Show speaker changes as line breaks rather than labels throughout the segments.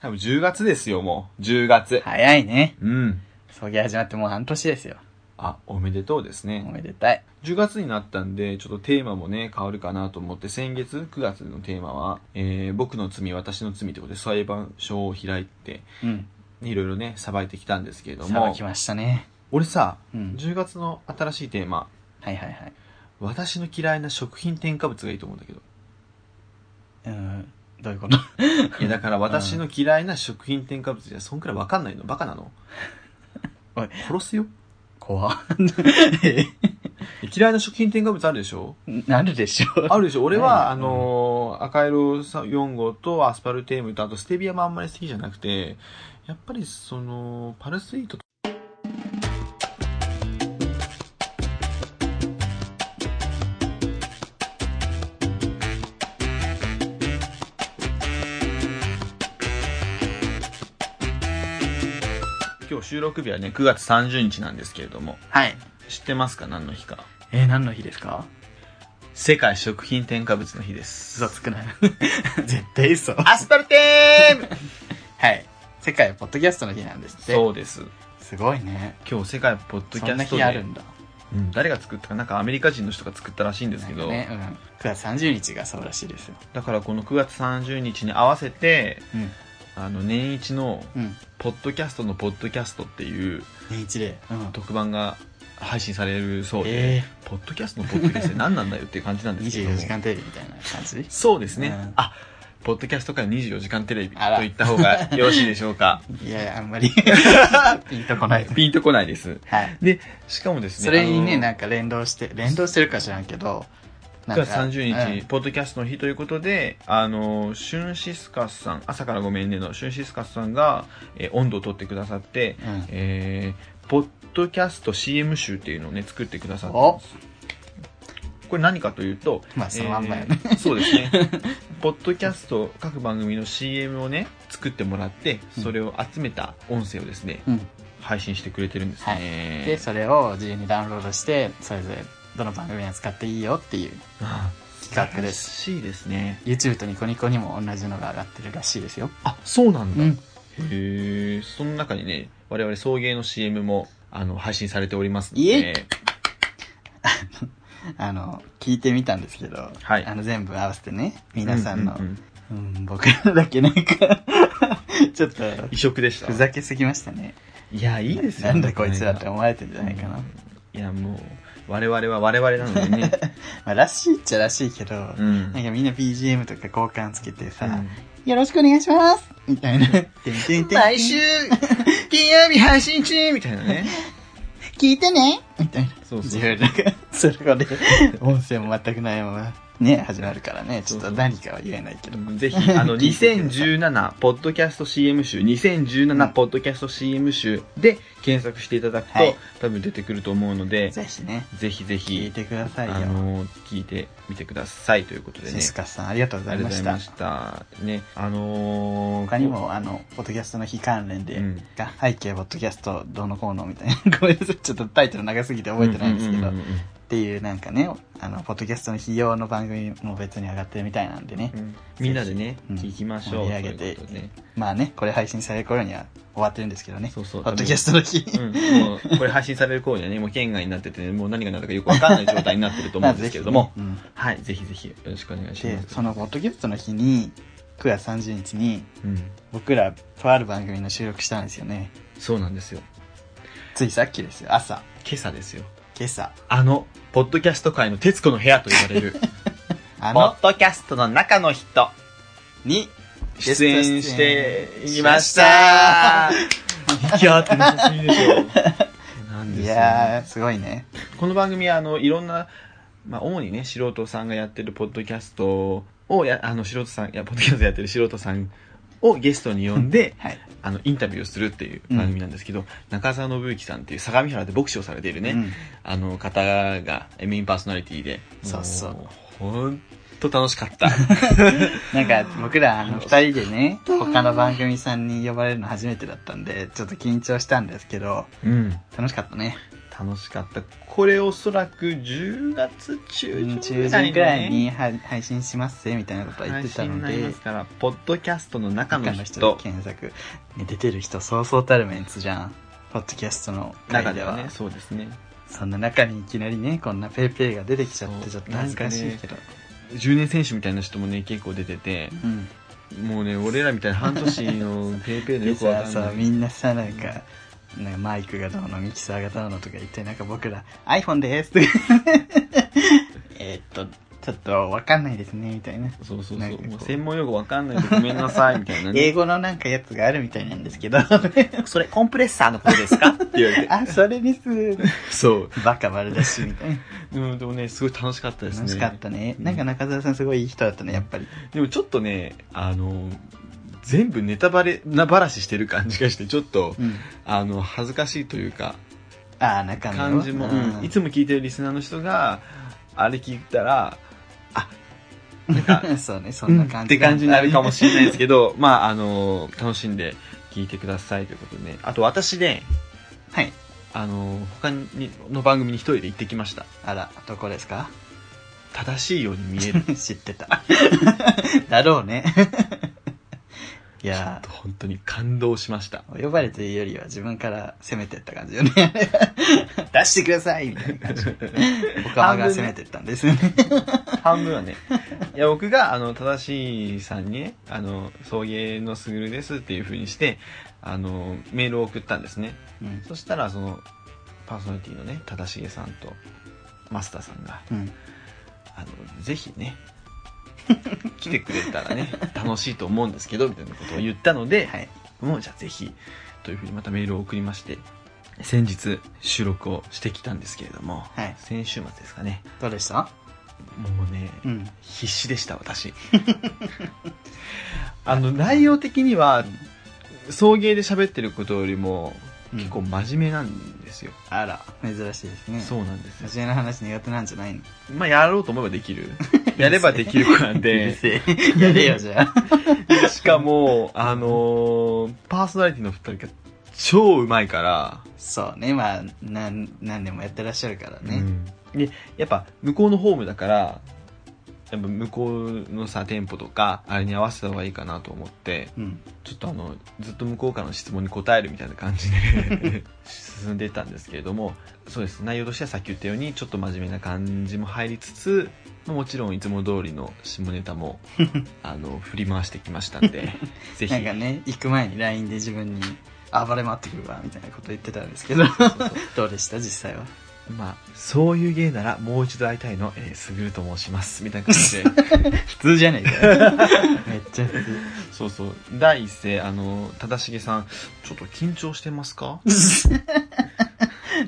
多分10月ですよ、もう。10月。
早いね。
うん。
葬儀始まってもう半年ですよ。
あ、おめでとうです
お
ね。
めでたい。
10月になったんで、ちょっとテーマもね、変わるかなと思って、先月、9月のテーマは、えー、僕の罪、私の罪ってことで裁判所を開いて、
うん。
いろいろね、裁いてきたんですけれど
さば
も
き、ましたね。
俺さ、
うん。
10月の新しいテーマ、
はいはいはい。
私の嫌いな食品添加物がいいと思うんだけど。
うん。どういうこと
いや、だから私の嫌いな食品添加物じゃ、そんくらいわかんないのバカなの
おい
殺すよ。
怖っ
嫌いな食品添加物あるでしょ
なるでしょ。
あるでしょ俺は、
う
あ
ん
のー赤色4号とアスパルテームと、あとステビアもあんまり好きじゃなくて、やっぱりその、パルスイートと今日収録日はね、9月30日なんですけれども、
はい。
知ってますか何の日か。
えー、何の日ですか
世界食品添加物の日です。
嘘つくな。 絶対嘘。は
アスパルテーム
い。世界ポッドキャストの日なんですって。
そうです。
すごいね。
今日世界ポッドキ
そん
ャ
な
スト
日
で、
あるんだ。
うん誰が作ったか、なんかアメリカ人の人が作ったらしいんですけど、
なんかね、うん。9月30日がそうらしいですよ。
だからこの9月30日に合わせて、
うん。
あの、年一の、
うん。
ポッドキャストのポッドキャストっていう
年一で。うん。
特番が配信されるそうで、
え
ポッドキャストのポッドキャストって何なんだよっていう感じなん
ー、
ですけど
24
も
時。間テレビみたいな感じ
そうですね。
うん
あ、ポッドキャストから24時間テレビと
あら
言った方がよろしいでしょう か。
いや、あん まりピンとこない。
ピンとこないです。
はい。
で、しかもですね。
それにね、
あの
なんか連動して、連動してるか知らんけど、な
9
んか
月30日、
うん
ポッドキャストの日ということで、あの、シュンシスカスさん、朝からごめんねのシュンシスカスさんが、えー温度を取ってくださって、
うん
えーポッドキャスト CM 集っていうのをね、作ってくださったんです。これ何かというと、
まあ、そのまんまやね。
えーそう ですね。ポッドキャスト、各番組の CM をね、作ってもらって、それを集めた音声をですね、
うん。
配信してくれてるんですね。
で、それを自由にダウンロードして、それぞれどの番組に使っていいよっていう
あ
企画です。
素晴らしいですね。
YouTube とニコニコにも同じのが上がってるらしいですよ。
あ、そうなんだ。
うん。
へえ、その中にね、我々送迎の CM も、あの、配信されておりますの
い
で、
あの、聞いてみたんですけど、
はい
あの、全部合わせてね、皆さんの、
う
うん
うう
僕らだけなんか、 ちょっと、
異色でした
ふ。ざけすぎましたね。
いや、いいですよ。
なんだこいつらって思われてるんじゃないかな。
うんいや、もう、我々は我々なので ね。
まあ、らしいっちゃらしいけど、
うん
なん。かみんな BGM とか交換つけてさ、
うん
よろしくお願いしますみたいな。てんてんてん
毎週、金曜日配信中みたいなね。
聞いてねみたいな。
そうそ
自
う。
由なんか、それ こで、音声も全くないまま、ね、始まるからね、ちょっと何かは言えないけど。
ぜひ、 あの、
聞いてください
2017ポッドキャスト CM 集、2017ポッドキャスト CM 集で検索していただくと、
はい
多分出てくると思うので、
ぜひね、
ぜひぜひ。
聞いてくださいよ。
あの聞いてみてくださいということで
シ
ね。
スカスさん、ありがとうござ
あ
い
りが
ま
とう
し
ござい
た
ま。した。ね、あのー、
他にも、あの、ポッドキャストの日関連で、
うん
が背景、ポッドキャスト、どうのこうのみたいな。 ごめんなさい、ちょっとタイトル長すぎて覚えてないんですけど、
うう
っ
うん
ていうなんかね、あの、ポッドキャストの費用の番組も別に上がってるみたいなんでね。
うんうんみんなでね、
うん
聞きましょう。
盛り上げて
ということでね
まあね、これ配信される頃には終わってるんですけどね。
そうそう
ポッドキャストの日。
うん、もう、これ配信される頃にはね、もう県外になってて、ね、もう何が何だかよくわかんない状態になってると思うんですけれども、
まあぜ
はい、ぜひぜひよろしくお願い
ひ
し
ねうん
ま。
ですそのポッドキャストの日に、9月30日に、
うん、
僕ら、とある番組の収録したんですよね。
そうなんですよ。
ついさっきですよ、朝、
今朝ですよ。
今朝。
あの、ポッドキャスト界の徹子の部屋と言われる、
あ
ポ
の
ッ、ドキャストの中の人。
に、
出演していまし
した
た。息合って難しいでしょ。なんで
い
すよね、
やー、すごいね。
この番組はあのいろんな、まあ、主にね素人さんがやってるポッドキャストをやあの素人さんいやポッドキャストやってる素人さんをゲストに呼んで
はい。
あのインタビューをするっていう番組なんですけど、中澤信之さんっていう相模原で牧師をされているね、
うん
あの方がえメインパーソナリティで
そうそう
もほんと楽しか った
なんか、僕 ら、あの、二人でね、他の番組さんに呼ばれるの初めてだったんで、ちょっと緊張したんですけど、
うん
楽しかったね。
楽しかったこれおそらく10月中
うん
旬ぐ
中
らい
旬
に,、
くらいには配信しますぜみたいなことは言っ
配
てた
信に
の
なりま
です
からポッドキャストの中の
中の
人
人で検索、ね出てる人そうそうたるメンツじゃんポッドキャストの
中
中
で
で
は
は
ねそうですね
そんな中にいきなりねこんなペイペイが出てきちゃってち
そ
ょ
う
っと恥ずかしいけど、
10年選手みたいな人もね結構出てて
うん
もうね俺らみたいな半年のペイペイの
で
よくわか
さ
ん
さ
ない
みんなさなんかなんかマイクがどうのミキサーがどうのとか言ってなんか僕ら「iPhone です」とか えーっとちょっとわかんないですねみたいな
そうそうそう
な
ん
かこう
もう専門用語わかんないんでごめんなさいみたいな
英
ね
語のなんかやつがあるみたいなんで すけど
それコンプレッサーのことですかって言われて
あそれです
そう
バカ丸出しみたいな
うんでもねすごい楽しかったですね
楽しかったね
うん
なんか中澤さんすごいいい人だったねやっぱり
でもちょっとねあの全部ネタバレな話してる感じがしてちょっと
うん
あの恥ずかしいというか
ああ中身
感じも、うんいつも聞いてるリスナーの人があれ聞いたら あなんか
そうねそんな
うん
感
っ
じ
て感じになるかも
し
しれないですけど まああの楽しんで聞いてくださいということでねあと私ね
れないはい
あの他にの番組に一人で行ってきました
あらどこですか
正 しいように見える
知ってた だろうね
ちょっ
いや
と本当に感動しました
ー呼ばれてるよりは自分から攻めてった感じよね 出してください みたいな感じおかまが攻めてったんですよね
半分はね。いや、僕が、あの、正しいさんにね、あの、送迎のすぐるですっていう風にして、あの、メールを送ったんですね。
うん
そしたら、その、パーソナリティのね、正しげさんと、マスターさんが、
うん
あの、ぜひ ね、来てくれたらね、楽しいと思うんですけど、みたいなことを言ったので、
はい
もう、じゃあぜひ、という風にまたメールを送りまして、先日収録をしてきたんですけれども、
はい
先週末ですかね、
どうでした
もうね、
うん
必死でした 私あの内容的には送迎で喋ってることよりも結構真面目なんですよ、
あら珍しいですね
そうなんですよ
真面目な話苦手なんじゃないの
まあやろうと思えばできる やればできる子なん
うる
で
せえ やれよじゃ あ
しかもあのーパーソナリティの2人が超うまいから、
そうねまあなん何年もやってらっしゃるからね、
でやっぱ向こうのホームだからやっぱ向こうのさテンポとかあれに合わせた方がいいかなと思って
うん
ちょっとあのずっと向こうからの質問に答えるみたいな感じで 進んでったんですけれどもそうです内容としてはさっき言ったようにちょっと真面目な感じも入りつつもちろんいつも通りの下ネタ もあの振り回してきましたんでぜひ
なんかね行く前に LINE で自分に暴れ回ってくるわみたいなこと言ってたんですけ どどうでした実際は
まあそういう芸ならもう一度会いたいの、えー、すぐると申しますみたいな感 じで
普通じゃねえ かよめっちゃ普
そうそう第一声あの正成さんちょっと緊張してますか
通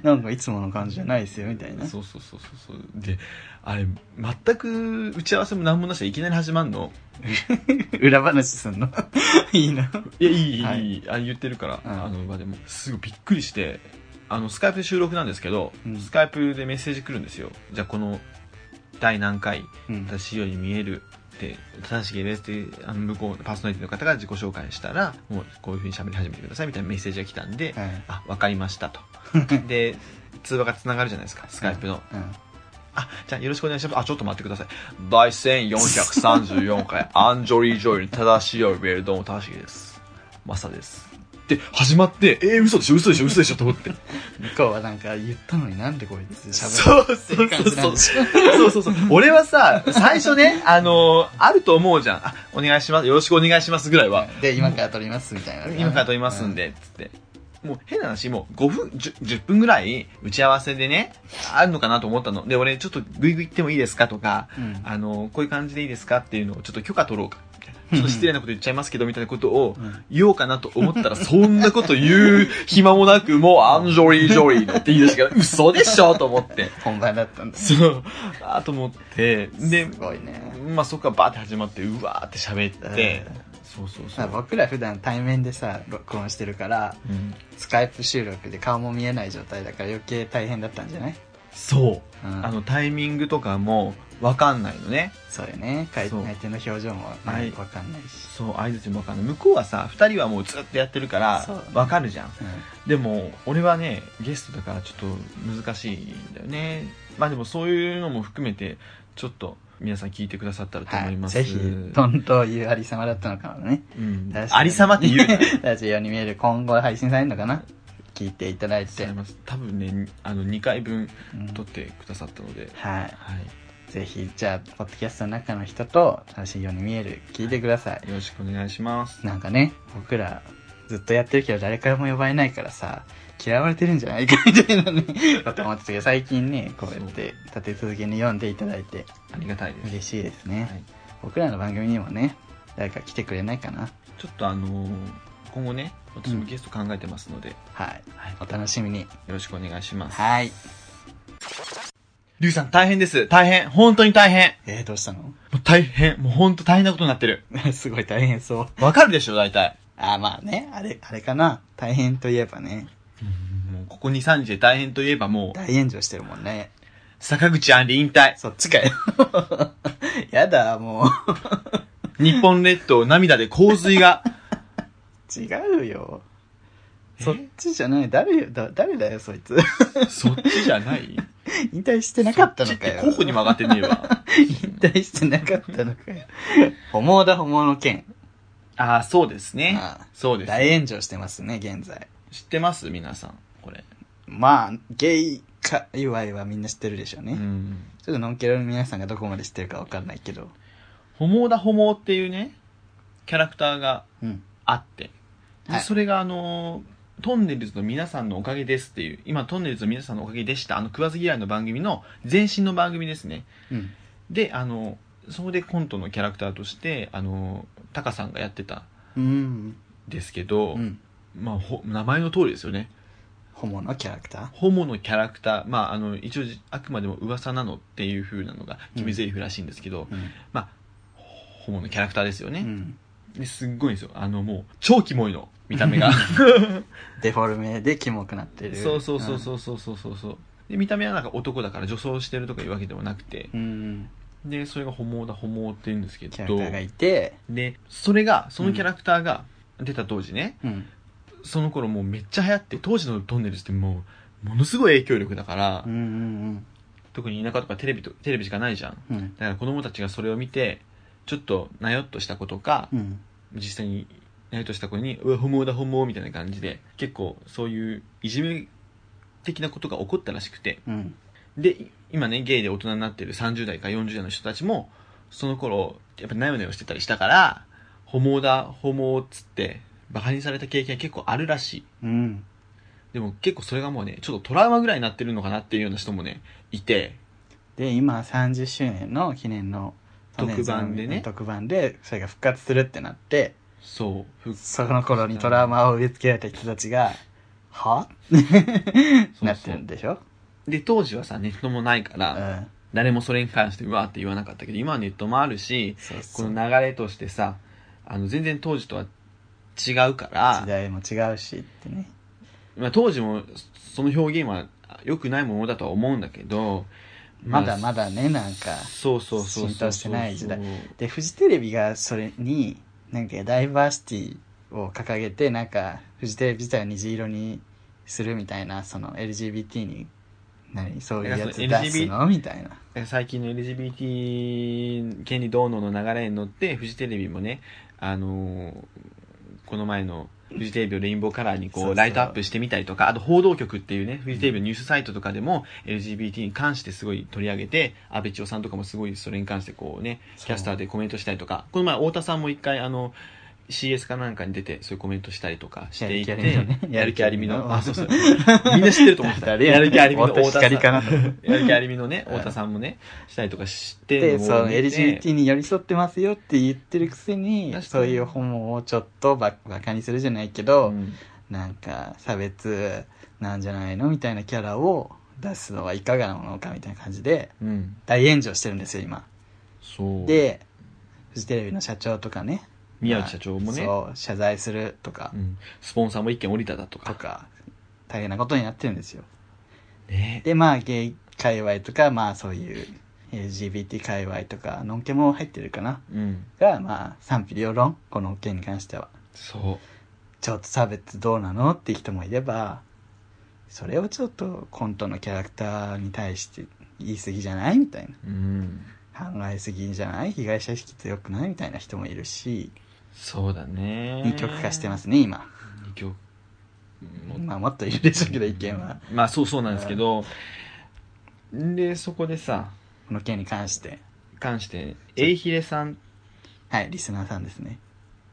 なんかいつもの感じじゃないですよみたいな
そうそうそうそうそうであれ全く打ち合わせも何もなしでいきなり始まんの
裏話すんの いいの
いやいいいい、
はい
いいあ言ってるから、
うん
あの場でもすごいびっくりしてあのスカイプで収録なんですけど、
うん
スカイプでメッセージ来るんですよじゃあこの第何回
うん
私より見えるって正しげですってあの向こうのパーソナリティの方が自己紹介したらもうこういうふうに喋り始めてくださいみたいなメッセージが来たんで、
はい
あわかりま したとで通話がつながるじゃないですかスカイプの、
うん
あ、じゃあよろしくお願いします。あ、ちょっと待ってください。第1434回、 アンジョリー・ジョイル、正しいよ、ベルドン、正しいです。マサです。で、始まって、えー、嘘でしょ、嘘でしょ、嘘でしょ、と思って。
向こうはなんか言ったのになんでこいつ喋
そう
るっていう感じなんでしょ
そうそうそう。俺はさ、最初ね、あのーあると思うじゃん。あ、お願いします。よろしくお願いしますぐらいは。
で今から撮りますみたいな
今から撮りますんで、つって。もう変な話、もう5分、10, 10分ぐらい打ち合わせでね、あるのかなと思ったの。で、俺ちょっとグイグイ行ってもいいですかとか、
うん
あの、こういう感じでいいですかっていうのをちょっと許可取ろうか。みたいなちょっと失礼なこと言っちゃいますけど、みたいなことを
うん
言おうかなと思ったら、そんなこと言う暇もなく、もうアンジョリー・ジョリーのって言い出しから、嘘でしょと思って。
本番だったんです、
そう、あーと思って、です
ごいね
まあそっからバーって始まって、うわーって喋って
うん、
そうそうそ
まあ
う。
僕ら普段対面でさ録音してるから
うん
スカイプ収録で顔も見えない状態だから余計大変だったんじゃない
そう。
うん
あのタイミングとかもわかんないのね
そうよね相
そう
相手の表情も
は
ね
い
わかんないし、
そう相づちもわかんない向こうはさ2人はもうずっとやってるから
そう
わかるじゃん
うん
でも俺はねゲストだからちょっと難しいんだよねまあでもそういうのも含めてちょっと皆さん聞いてくださったらと思います、
ぜひトンというありさまだったのかもね
うん
確かに
ありさまって言う な
ラジオに見える今後配信されるのかな聞いていただい
さ
て、
れます多分ねあの2回分
うん
撮ってくださったので、
は
はい
ぜひじゃあポッドキャストの中の人と楽しいように見える聞いてください
い、よろしくお願いします
なんかね僕らずっとやってるけど誰からも呼ばれないからさ嫌われてるんじゃないかみた いなねだと思ってたけど最近ねこうやって立て続けに読んでいただいて
ありがたいです
嬉しいですね、
はい
僕らの番組にもね誰か来てくれないかな
ちょっとあのー今後ね私
うん
もゲスト考えてますので、
はい
はい、よ
お楽しみに
ろしくお願いします
はい
リュウさん大変です大変本当に大変
えー、どうしたの
もう大変もう本当大変なことになってる
すごい大変そう
わかるでしょ大体
あーまあねあれあれかな大変といえばね
もうここ23日で大変といえばもう
大炎上してるもんね
坂口杏里引退
そっちかよ やだもう
日本列島涙で洪水 が
違うよ。
え
そっちじゃない。誰よ、だ、誰だよ、そいつ。
そっちじゃない
引退してなかったのかよ。
候補にも上がってねえ わ
引退してなかったのかよ。ホモだ、ホモの件。
ああそうですね
ああ
そうです
大炎上してますね、現在。
知ってます皆さんこれ
まあ、ゲイ界隈はみんな知ってるでしょうね。
うん
ちょっとノンケロの皆さんがどこまで知ってるかわかんないけど。
ホモーダホモーっていうねキャラクターが
うん。
あってで
はい
それがあのートンネルズの皆さんのおかげですっていう今トンネルズの皆さんのおかげでしたあの食わず嫌いの番組の前身の番組ですね
うん。
であのそこでコントのキャラクターとしてあのタカさんがやってたん
うん。
ですけど、
うん。
まあ、ほ名前の通りですよね
ホモのキャラクター
ホモのキャラクター、まあ、あの一応じあくまでも噂なのっていう風なのが決め台詞らしいんですけど、
うん。
ホモのキャラクターですよ
う
ね、
ん。
ですっごいんですよあのもう超キモいの見た目 が
デフォルメでキモくなってる。
そうそうそうそうそうそうそうそうで見た目はなんか男だから女装してるとかいうわけでもなくて
うん。うん。
でそれがホモだホモって言うんですけ
キャラク
ど
ターがいて、
でそれがそのキャラクターが出た当時ね、
うん。
その頃もうめっちゃ流行って当時のトンネルズってもうものすごい影響力だから、
うんうん
特に田舎とかテレビとテレビしかないじゃん
うん。うん。
だから子供たちがそれを見てちょっとなよっとしたことか、
うん。
実際になよっとした子に「うわホモだホモ」みたいな感じで結構そういういじめ的なことが起こったらしくて
うん。
でい今ねゲイで大人になってる30代か40代の人たちもその頃やっぱなよなよしてたりしたから「ホモだホモ」っつってバカにされた経験結構あるらしい
うん。
でも結構それがもうねちょっとトラウマぐらいになってるのかなっていうような人もねいて
で、今30周年の記念の
特番でね
特番で、それが復活するってなって、
そうふ
その頃にトラウマを植え付けられた人たちが、 は
う
なってるんでしょ
で当時はさネットもないか
う
ら、
ん。
誰もそれに関してうわーって言わなかったけど今はネットもあるし
そう
こ
そう。
の流れとしてさあの全然当時とは違うか
時
ら、
代も違うしってね。
まあ、当時もその表現は良くないものだとは思うんだけど、
まだまだね、なんか。
そうそうそうそう
浸透してない時代
そう
で、フジテレビがそれに、なんかダイバーシティを掲げて、なんか、フジテレビ自体を虹色にするみたいな、その LGBT に、何そういうやつ
いやその
出すのみたいな。
だから最近の LGBT 権利どうのの流れに乗ってフジテレビもねあのーこの前のフジテレビをレインボーカラーに
そう
こ
そう
うライトアップしてみたりとかあと報道局っていうねフジテレビのニュースサイトとかでも LGBT に関してすごい取り上げて安倍千代さんとかもすごいそれに関してこうね
そう
キャスターでコメントしたりとかこの前太田さんも一回あの CS かなんかに出てそういうコメントしたりとかしていて
やる気ありみのね
やる気ありみのあ
やる気ありみの
そうそうみんな知ってると思ってた
誰や
やる気ありみの
太
太
田
田
光か
さ
なん
やる気ありみのね、太田さんもね、したりとかして
で、
る
そ
のを
の
見て
LGBT に寄り添ってますよって言ってるくせ
確
に、
かに
そういうホモをちょっとババカにするじゃないけ
う
ど、
ん
なんか差別なんじゃないのみたいなキャラを出すのはいかがなものかみたいな感じで、
うん。
大炎上してるんですよ、今。
そう。、
で、フジテレビの社長とかね、
宮内社長もね、
そう、謝罪するとか
う、ん、スポンサーも一件降りただと
と
か。
か、大変なことになってるんですよ。
ね。
で、まあ、ゲイ界隈とか、まあ、そういう LGBT 界隈とかのんけも入ってるかな
うん
がまあ賛否両論この件に関しては
そ
ちょっと差別どうなのって人もいればそれをちょっとコントのキャラクターに対して言い過ぎじゃないみたいな
ううん
考えすぎじゃない被害者意識強くないみたいな人もいるし
そうだね
二極化してますね今、
二極も
まあ、もっといるでしょうけど意見は
まあそうそうなんですけど、でそこでさ
この件に関して
関してえいひれさんっ
はいリスナーさんですね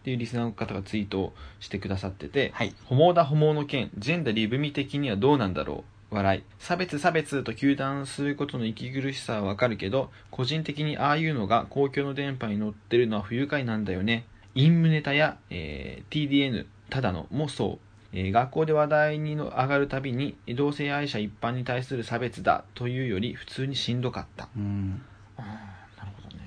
ていうリスナーの方がツイートをしてくださってて、
はい
ホモだホモの件ジェンダーリブミ的にはどうなんだろう笑い差別差別と糾弾することの息苦しさはわかるけど個人的にああいうのが公共の電波に乗ってるのは不愉快なんだよね陰夢ネタや、えー TDN ただのもそう、えー学校で話題にの上がるたびに同性愛者一般に対する差別だというより普通にしんどかった
うん
あーなるほどね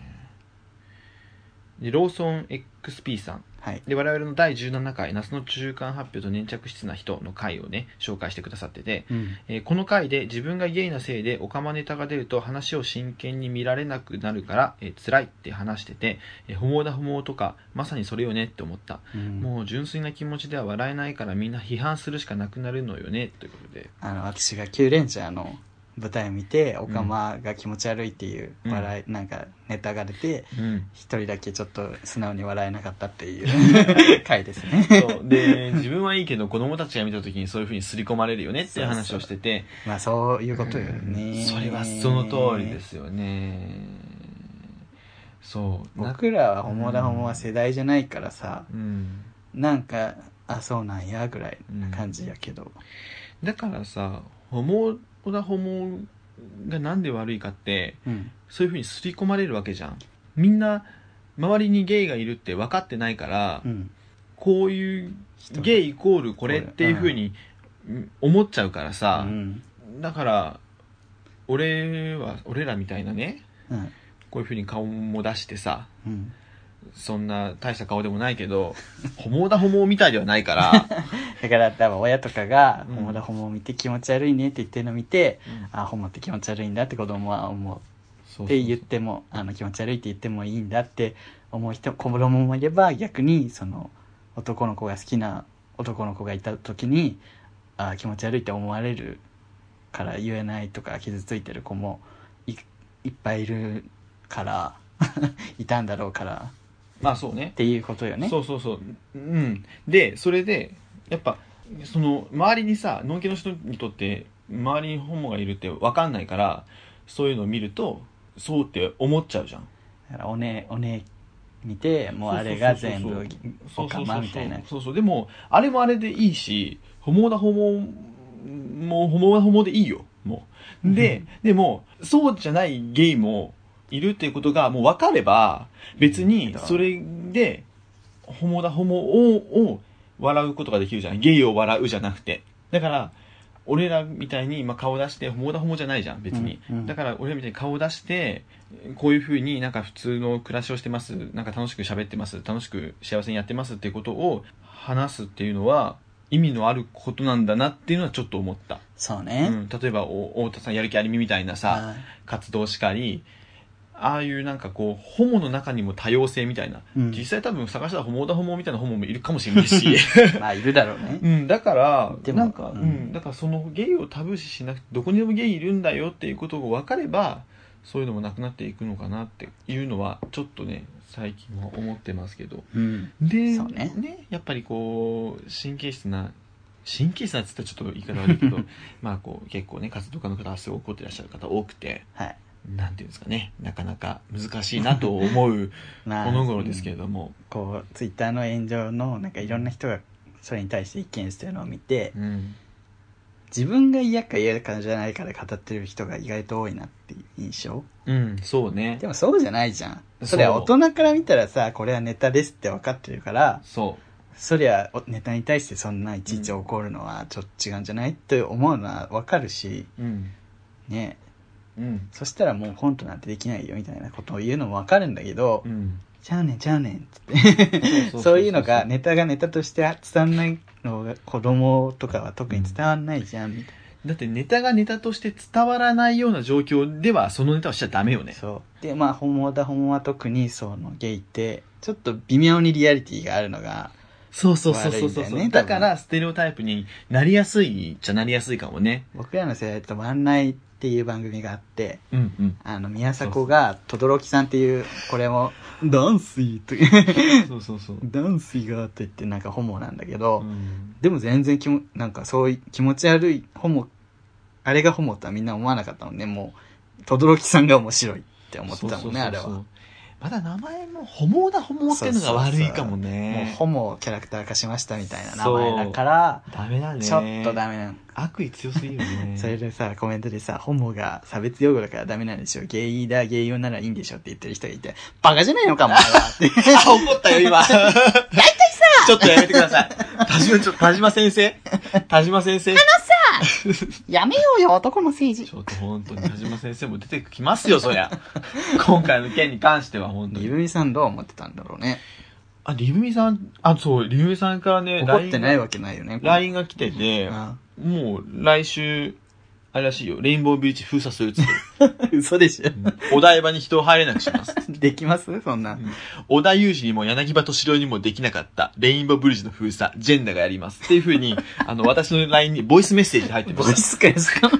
でローソン XP さん
はい
で我々の第17回夏の中間発表と粘着質な人の回をね紹介してくださってて、
うん
えーこの回で自分がゲイなせいでオカマネタが出ると話を真剣に見られなくなるから、えー辛いって話してて、えー、ホモだホモとかまさにそれよねって思った、
うん
もう純粋な気持ちでは笑えないからみんな批判するしかなくなるのよねということで
あの私が「キューレンジャー」の舞台を見てオカマが気持ち悪いっていう
うん
笑い、なんかネタが出て
うん
一人だけちょっと素直に笑えなかったっていう 回ですね
そうで自分はいいけど子供たちが見た時にそういうふうに刷り込まれるよねっていう話をしてて
まあそういうことよね
それはその通りですよねそうな
僕らはホモだホモは世代じゃないからさ
うん、
なんかあそうなんやぐらいな感じやけど、
だからさホモだホモがなんで悪いかって
うん
そういうふうに刷り込まれるわけじゃんみんな周りにゲイがいるって分かってないから、
うん、
こういう
人
ゲイイコールこれっていうふうにうん思っちゃうから
う
さ、
ん
だから俺は俺らみたいなね
うん
こういうふうに顔も出してさ
うん
そんな大した顔でもないけど、 ホモだホモみたいではない から、
だから多分親とかが「
うん
ホモだホモを見て気持ち悪いね」って言ってるのを見て「あホモって気持ち悪いんだ」って子供は思う
そうそうそう
って言ってもあの気持ち悪いって言ってもいいんだって思う人子供もいれば逆にその男の子が好きな男の子がいた時にあ気持ち悪いって思われるから言えないとか傷ついてる子もいいっぱいいるから いたんだろうから
まあそうね
っ。ていうことよね。
そうそうそう。うん。で、それで、やっぱ、その、周りにさ、農家の人にとって、周りにホモがいるって分かんないから、そういうのを見ると、そうって思っちゃうじゃん。
だからおねおね見てもうあれが全部
そう
お
そうそうそう
かまみたいな。
そうそう。でも、あれもあれでいいし、ホモだホモ、もうホモだホモでいいよ。もう。で、でも、そうじゃないゲイもいるっていうことがもう分かれば、別にそれで、ホモだホモを、を笑うことができるじゃん。ゲイを笑うじゃなくて。だから、俺らみたいに、まあ、顔出して、ホモだホモじゃないじゃん、別に。
うんうん
だから、俺らみたいに顔出して、こういうふうになんか普通の暮らしをしてます、なんか楽しく喋ってます、楽しく幸せにやってますっていうことを話すっていうのは、意味のあることなんだなっていうのはちょっと思った。
そう
う
ね。
ん、例えば、お太田さんやる気ありみみたいなさ、
あ
活動しかり、ああいうなんかこう、ホモの中にも多様性みたいな、
うん
実際多分探したらホモだホモみたいなホモもいるかもしれない し、
まあいるだろうね。
うん、だから、
でも
なんか、
う
うんん、だからそのゲイをタブー視しなくて、どこにでもゲイいるんだよっていうことが分かれば、そういうのもなくなっていくのかなっていうのは、ちょっとね、最近は思ってますけど。
うん
で、
そうね
やっぱりこう、神経質な、神経質なって言ったらちょっと言い方悪いけ ど、まあこう、結構ね、活動家の方はすごい怒ってらっしゃる方多くて、
はい。
なんていうんですかね、なかなか難しいなと思 う
ま
この頃ですけ
ど
れども、
こうツイッターの炎上のなんかいろんな人がそれに対して意見してるのを見て
うん、
自分が嫌か嫌かじゃないから語ってる人が意外と多いなっていう印象
うん、そうね
で。もそうじゃないじゃん
そう
そりゃ大人から見たらさこれはネタですって分かってるから
そう。
そりゃおネタに対してそんないちいち怒るのはちょっと違うんじゃないって思うのは分かるし
うん。
ね
うん。
そしたらもうコントなんてできないよみたいなことを言うのも分かるんだけど、
うん。
ちゃうねんちゃうねんって
そうそうそうそう
そういうのがネタがネタとして伝わんないのが子供とかは特に伝わんないじゃんみたい
だってネタがネタとして伝わらないような状況ではそのネタはしちゃダメよね
そうでまあホモダホモは特にそのゲイってちょっと微妙にリアリティがあるのが
そうそうそうそうそう
悪いん
だ,、
だよね
だからステレオタイプになりやすいっちゃなりやすいかもね
僕らの世代だと「ワンナイ」っていう番組があって
うんうん
あの宮迫が轟さんっていうこれも「ダンスイ」という
そうそうそう、
ダンスイがって言ってなんかホモなんだけど、
うん
でも全然気もなんかそういう気持ち悪いホモあれがホモとはみんな思わなかったもんねもう轟さんが面白いって思ってたもんねあれは
そうそうそうそ
も
うまだ名前も「ホモだホモ」っていうのが悪いかも
う
ね
ホモをキャラクター化しましたみたいな名
そう
前だから
ダメだね
ちょっとダメなの、
悪意強すぎるよ ね
それでさコメントでさホモが差別用語だからダメなんでしょゲイだゲイ用ならいいんでしょって言ってる人がいてバカじゃないのかもって
あ怒ったよ今大体さちょっとやめてください田島ちょ田島先 生田島先生
やめようよ男の政治
ちょっと本当に田島先生も出てきますよ、そりゃ。今回の件に関しては本当
リ
に。
ブミさんどう思ってたんだろうね
あ、リブミさん、あ、そう、リブミさんからね、
怒ってない
わ。
わけないよね
LINE が来てて、
あ
もう来週、あれらしいよ、レインボービーチ封鎖するっつって。
嘘でしょ
お台場に人を入れなくします。
できますそんな。
小田裕二にも柳葉敏郎にもできなかった、レインボーブリッジの封鎖、ジェンダがやります。っていう風 に、あの、私の LINE にボイスメッセージ入ってま
ボイ
す。
スかよ、その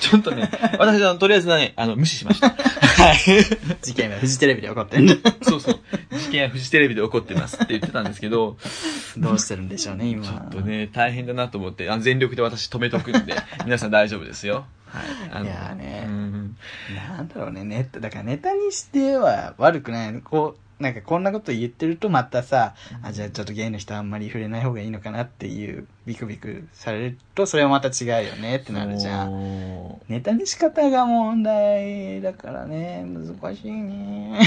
ちょっとね、私はとりあえずね、あの、無視しました。はい。
事件はフジテレビで起こってんだ。
そうそう。事件はフジテレビで起こってますって言ってたんですけ ど、
どうしてるんでしょうね、今。
ちょっとね、大変だなと思って、あ全力で私止めとくんで、皆さん大丈夫ですよ。はい。あの
いやーね
うん
なんだろうね、ネタ、だからネタにしては悪くないの。こう、なんかこんなこと言ってるとまたさ、あ、じゃあちょっとゲイの人はあんまり触れない方がいいのかなっていう、ビクビクされると、それはまた違うよねってなるじゃん。
も
ネタに仕方が問題だからね、難し いね。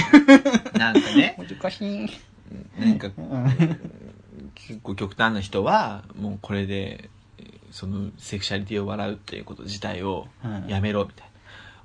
うなんか ね、
難しい。
なんか
うん
結構極端な人は、もうこれで、えーそのセクシャリティを笑うっていうこと自体を
うん
やめろみたいな。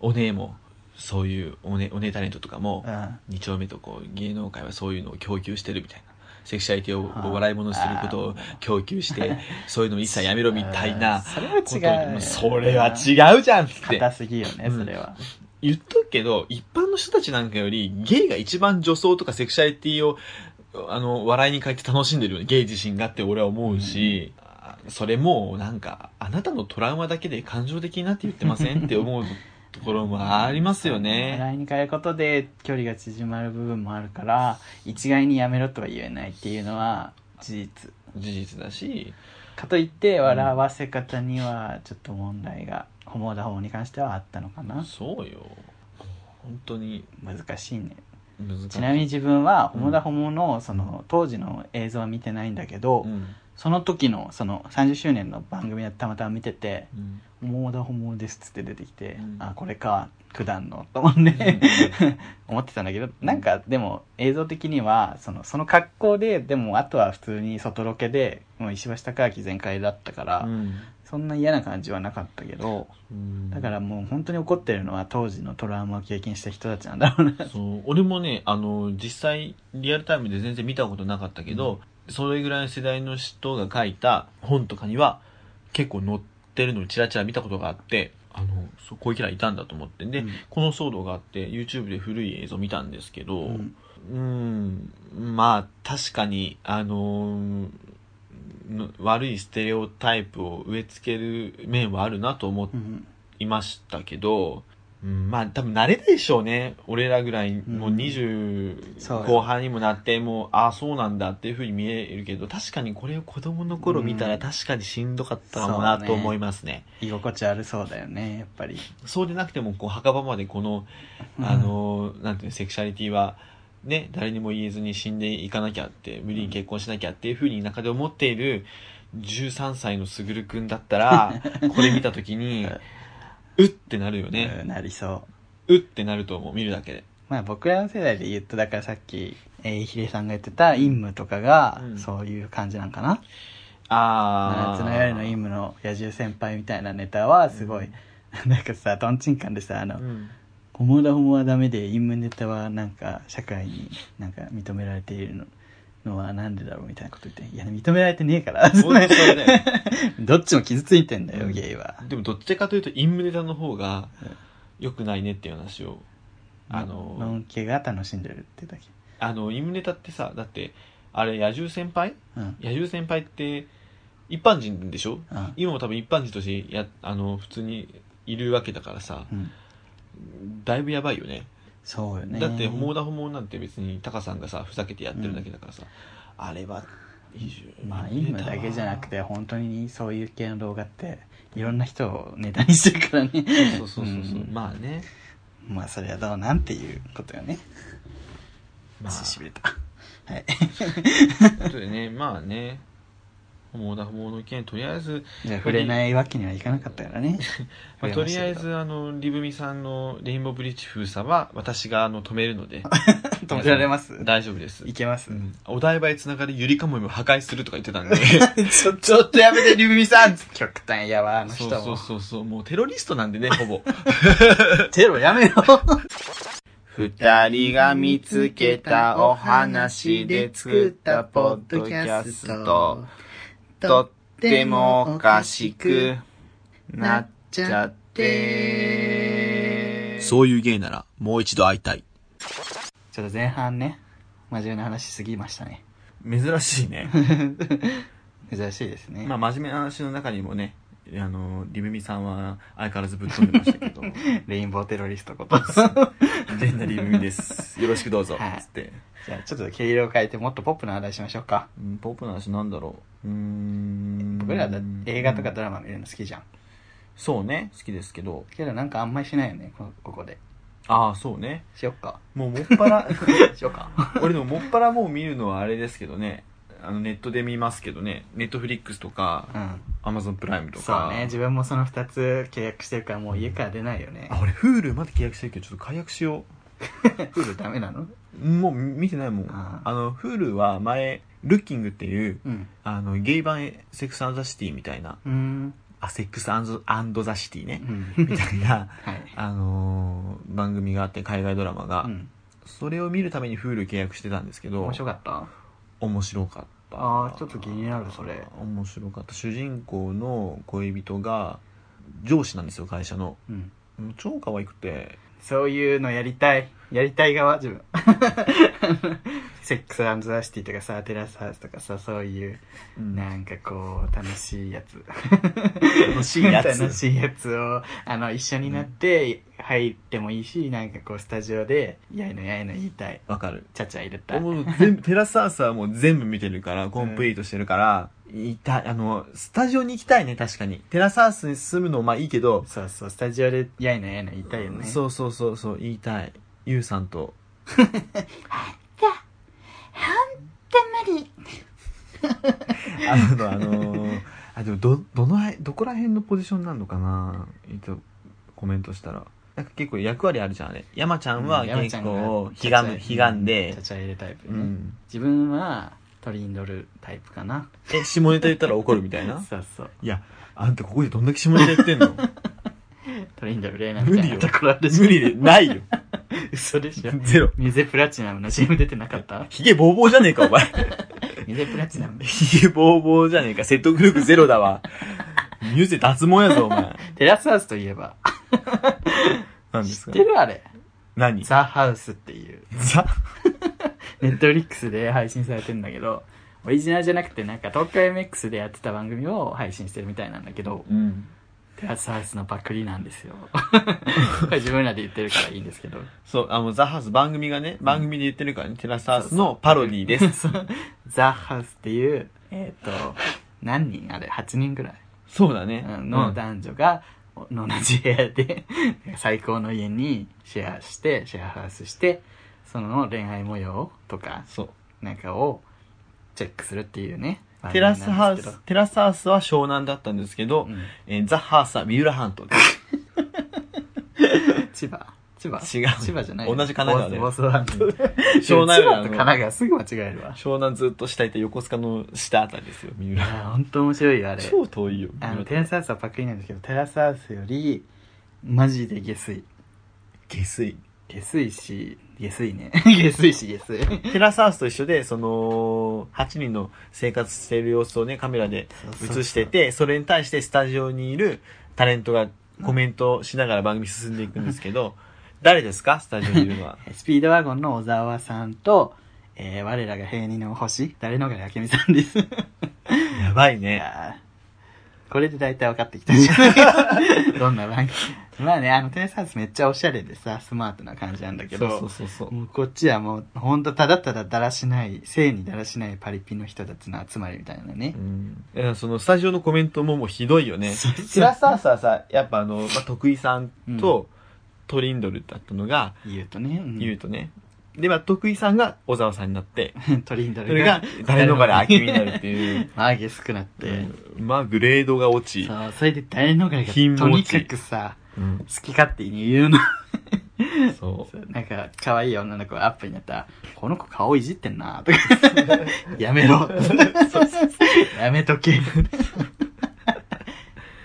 お姉も、そういうおねお姉タレントとかも、
うん
二丁目とこう芸能界はそういうのを供給してるみたいなセクシャリティをこう笑い物にすることを供給してそういうの一切やめろみたい
うん
な
そ
こと
れは違う。
それは違うじゃんっつって
硬すぎよね、
うん
それは。
言っとくけど一般の人たちなんかよりゲイが一番女装とかセクシャリティをあの笑いに変えて楽しんでるよねゲイ自身がって俺は思うし、あそれもなんかあなたのトラウマだけで感情的になって言ってませんって思うところもありますよね。
ラインに変えることで距離が縮まる部分もあるから、一概にやめろとは言えないっていうのは事実。
事実だし
かといって、笑わせ方にはちょっと問題が、ホモだホモに関してはあったのかな。
そうよ本当に
難しいね。
難しい
ちなみに自分は、ホモだホモの、その、当時の映像は見てないんだけど、
うん
その時の、その、30周年の番組はたまたま見てて、
うん
ホモだホモですっつって出てきて、
うん
あ、これか、九段の、と思って、思ってたんだけどなんかでも映像的にはそのその格好ででもあとは普通に外ロケでもう石橋貴明全開だったから、そんな嫌な感じはなかったけど
うん
だからもう本当に怒ってるのは当時のトラウマを経験した人たちなんだろうな
そう俺もねあの実際リアルタイムで全然見たことなかったけど、それぐらいの世代の人が書いた本とかには結構載ってるのをチラチラ見たことがあってあのそうこういうキャラいたんだと思ってで、
うん
この騒動があって YouTube で古い映像見たんですけど、
うん
うん、まあ、確かに、あのーの悪いステレオタイプを植え付ける面はあるなと思
うん
いましたけど、うん、まあ、多分慣れないでしょうね。俺らぐらい、もう
うんそう
20
よ
後半にもなって、もう、ああ、そうなんだっていうふうに見えるけど、確かにこれを子供の頃見た
う
ら
ん
確かにしんどかったかも
そう
な
ね
と思いますね。
居心地悪そうだよねやっぱり
そうでなくても、こう、墓場までこの、あの、なんていうのセクシャリティは、ね、誰にも言えずに死んでいかなきゃって、無理に結婚しなきゃっていうふうに中で思っている13歳のすぐるくんだった ら、これ見たときに、うってなるよ
う
ね。
んなりそう
うってなると思う、見るだけで。
まあ僕らの世代で言うとだからさっき、えー、ヒデさんが言ってた陰夢とかが
うん
そういう感じなんかな、真
あー。
夏の夜のイムの野獣先輩みたいなネタはすごい、なんかさとんちんカンでさあの
うん
「ホモだホモはダメでイムネタはなんか社会になんか認められているののはなんでだろうみたいなこと言っていや認められてねえから
本当それだよ
どっちも傷ついてんだよ、
うん
ゲイは
でもどっちかというと陰ネタの方が
うん
良くないねっていう話をあの
ノンケが楽しんでるってだけ
あの陰ネタってさだってあれ野獣先輩
うん
野獣先輩って一般人でしょ
うん
今も多分一般人としてやあの普通にいるわけだからさ
うん
だいぶやばいよね
そうよね
だって「ホモーダホモー」なんて別にタカさんがさふざけてやってるだけだからさ、あれは
まあ今だけじゃなくて本当にそういう系の動画っていろんな人をネタにしてるからね
そうそうそうそう、
ん
まあね
まあそれはどうなんていうことよね
まあ
し
そ
びれたはい
うでねまあねホモーダホモーの件とりあえず、
じゃあ触れないわけにはいかなかったからね
まあ、と
触れまし
り
た
あ
け
え
ど
ずあのリブミさんのレインボーブリッジ封鎖は私があの止めるので
止められます
大丈夫です
いけます、
お台場へつながるゆりかもめも破壊するとか言ってたんで
ちょちょっとやめてリブミさん極端やわあの人
そう
も
そうそうそうもうテロリストなんでねほぼ
テロや めろ
二人が見つけたお話で作ったポッドキャスト。とってもおかしくなっちゃって。
そういう芸ならもう一度会いたい
ちょっと前半ね真面目な話しすぎましたね
珍しい ね
珍しいですね、
まあ真面目な話の中にもねあのリブミさんは相変わらずぶっ飛んでましたけ ど
レインボーテロリストこと
変なリブミですよろしくどうぞ
はい
つって、
じゃあちょっと毛色を変えてもっとポップな話しましょうか
うん、ポップな話なんだろううーん
僕らだって映画とかドラマ見るの好きじゃん
そうね好きですけど
けどなんかあんまりしないよねこここで
ああそうね
しよっ か
もうもっぱら
しよっか
俺でももっぱらもう見るのはあれですけどねあのネットで見ますけどねネットフリックスとか
うん
アマゾンプライムと
そ
か
うね自分もその2つ契約してるからもう家から出ないよね
あ俺 Hulu まで契約してるけどちょっと解約しよう
フルダメなの
もう見てないもん。
あ
あ
ー
の、Hulu は前、ルッキングっていう、
うん
あの、ゲイ版セックスザシティみたいな、
うん
あ、セックスザシティね
う、ん
みたい な、
はい
あのー番組があって、海外ドラマが、
うん
それを見るために Hulu 契約してたんですけど、
面白かった
面白かった。
あーちょっと気になるそれ
面白かった。主人公の恋人が、上司なんですよ、会社の。
うん
もう超可愛くて、
そういうのやりたいやりたい側自分 セックスザシティとかさテラスハウスとかさそういうなんかこう楽しいやつ
楽しい やつ
楽しいやつをあの一緒になって入ってもいいしなんかこうスタジオでやいのやいの言いたい
わかる。
ちゃちゃ入れたい
もう全部、テラスハウスはもう全部見てるから、コンプリートしてるから、いた、あの、スタジオに行きたいね、確かに。テラスハウスに住むの、まあいいけど、
そうそうスタジオでやいのやいの言いたいよね
そうそうそう、そう、言いたい。ゆうさんと。あんた、あんた無理。あの、あの、あ、でも、ど、どの辺、どこら辺のポジションなのかなえっと、コメントしたら。なんか結構役割あるじゃん、あれ。山ちゃ
うんん
は
山
結
ちゃん
構
が、
ひがむ、ひがんで
ちゃ、ちゃ入れタイプ
う
ね、
ん。
自分は取りに乗るタイプかな
え、下ネタ言ったら怒るみたいな
そうそう
いや、あんたここでどんだけ下ネタ言って んの
トリンドルレーナみたいな
無理よ
ところあるし
無理で、ないよ。
嘘でしょ
ゼロ。
ミゼプラチナムの CM 出てなかった
ヒゲボーボーじゃねえか、お 前。
ミゼプラチナム
ヒゲボーボーじゃねえか、説得力ゼロだわ。ミューゼ脱毛やぞ、お前。
テラスハウスといえば
何で
知
すか
ってるあれ
何ザ
ザ・ハウスっていうネットフリックスで配信されてんだけどオリジナルじゃなくてなんか東京 MX でやってた番組を配信してるみたいなんだけど
うん。
テラスハウスのパクリなん ですよこれ自分らで言ってるからいいんですけど
そう、あの、ザハウス番組がね、番組で言ってるからね、テラスハウスのパロディーです。
そうザ・ハウスっていうえっ、と何人あれ8人ぐらい
そうだね。
の男女が同じ部屋で 最高の家にシェアしてシェアハウスしてその恋愛模様とか
そう。
なんかをチェックするっていうね
テラスハウ
番組
ス、テラスハウスは湘南だったんですけど、
なんで
えーザ・ハウスは三浦半 島です。
すけど、うん、千葉
違
千
う
葉千葉じゃない
同じ神奈川で
房総房総半島
湘南
千葉と
より
神
あの
奈川すぐ間違えるわ
湘南ずっと下いた横須賀の下あたりですよ、三
い
浦。
や本当面白いよあれ
超遠いよ。
あの
三
テ
浦
ラスハウスはパクリなんですけどテラスハウスよりマジで下水
下水。
下水し、下水ね。 下水し、下水。
テラスハウスと一緒で、その、8人の生活している様子をね、カメラで映してて、それに対してスタジオにいるタレントがコメントしながら番組進んでいくんですけ ど、誰ですかスタジオにいるの は。
えースピードワゴンの小沢さんと、えー我らが平二の星、誰のが明美さん です。
やばい
い
ね。
やーこれで大体分かってきたんじゃない かなどんな番組。まあね、あの、テニスハウスめっちゃおしゃれでさ、スマートな感じなんだけど、
そうそうそうそう。
もうこっちはもう、ほんとただただだらしない、性にだらしないパリピの人たちの集まりみたいなね
う。ん、いやそのスタジオのコメントももうひどいよね
そうそう
テラスハウスはさやっぱあの、まあ、徳井さんとトリンドルだったのが、
言うとね、うん
言うとねで、まあ、徳井さんが小沢さんにな って
トリンド
そ
ル
れ
が
が、誰のがで秋になるっていう、
まあ、ゲスくなって、
うんまあグレードが落ち
そう、それで誰のがが、と
品持ち
にかくさ、
うん
好き勝手に言うの。
そう
そうなんか、可愛い女の子がアップになったら、この子顔いじってんなと か、やめろ。やめと け。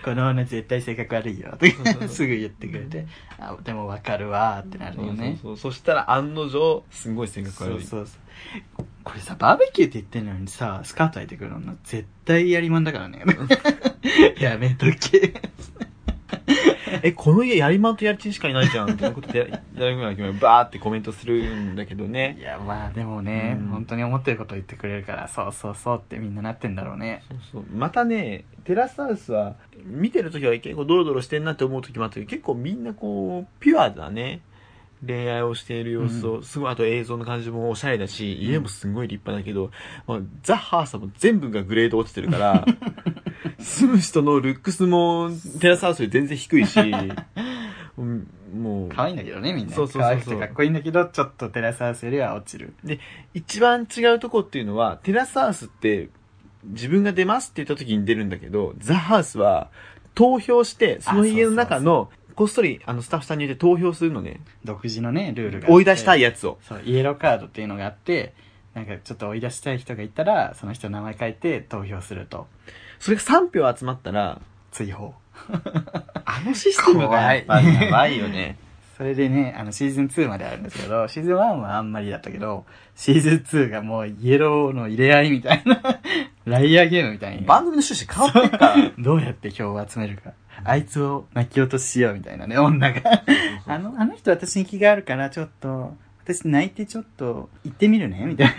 この女絶対性格悪いよ。とか、すぐ言ってくれて、あ、でもわかるわってなるよね。
そうそうそうそしたら案の定すごい性格
そ
悪
う
い
そうそう。これさ、バーベキューって言ってんのにさ、スカート履いてくるの絶対やりまんだからね。 やめとけ。
えこの家やりまんとやりちんしかいないじゃんみたいなことで誰のが秋バーってコメントするんだけどね
いや、まあでもね、
うん
本当に思ってること言ってくれるから、そうそうそうってみんななってんだろうね。
そうまたねテラスハウスは見てる時は結構ドロドロしてんなって思う時もあったけど結構みんなこうピュアだね恋愛をしている様子を、すごいあと映像の感じもおしゃれだし家もすごい立派だけど、まあザ・ハーサも全部がグレード落ちてるから住む人のルックスもテラスハウスより全然低いしうんもう
可愛いんだけどねみんな
そうそうそうそう
可愛くてかっこいいんだけどちょっとテラスハウスよりは落ちる
一番違うとこっていうのは、テラスハウスって、自分が出ますって言った時に出るんだけど、ザ・ハウスは、投票して、その家の中の、こっそり、あの、スタッフさんに言って投票するのね。
独自のねルールがあって
追い出したいやつを。
そうイエローカードっていうのがあってなんかちょっと追い出したい人がいたらその人の名前書いて投票すると
それが3票集まったら、
追放
あのシステムがやっぱ
怖い
やばいよ ね。
それでねあのシーズン2まであるんですけどシーズン1は あんまりだったけどシーズン2がもうイエローの入れ合いみたいな ライアーゲームみたいに
番組の趣旨変わってるから。
どうやって票を集めるかあいつを泣き落とししようみたいなね女が あの、あの人私に気があるから、ちょっと、私泣いてちょっと、行ってみるねみたいな。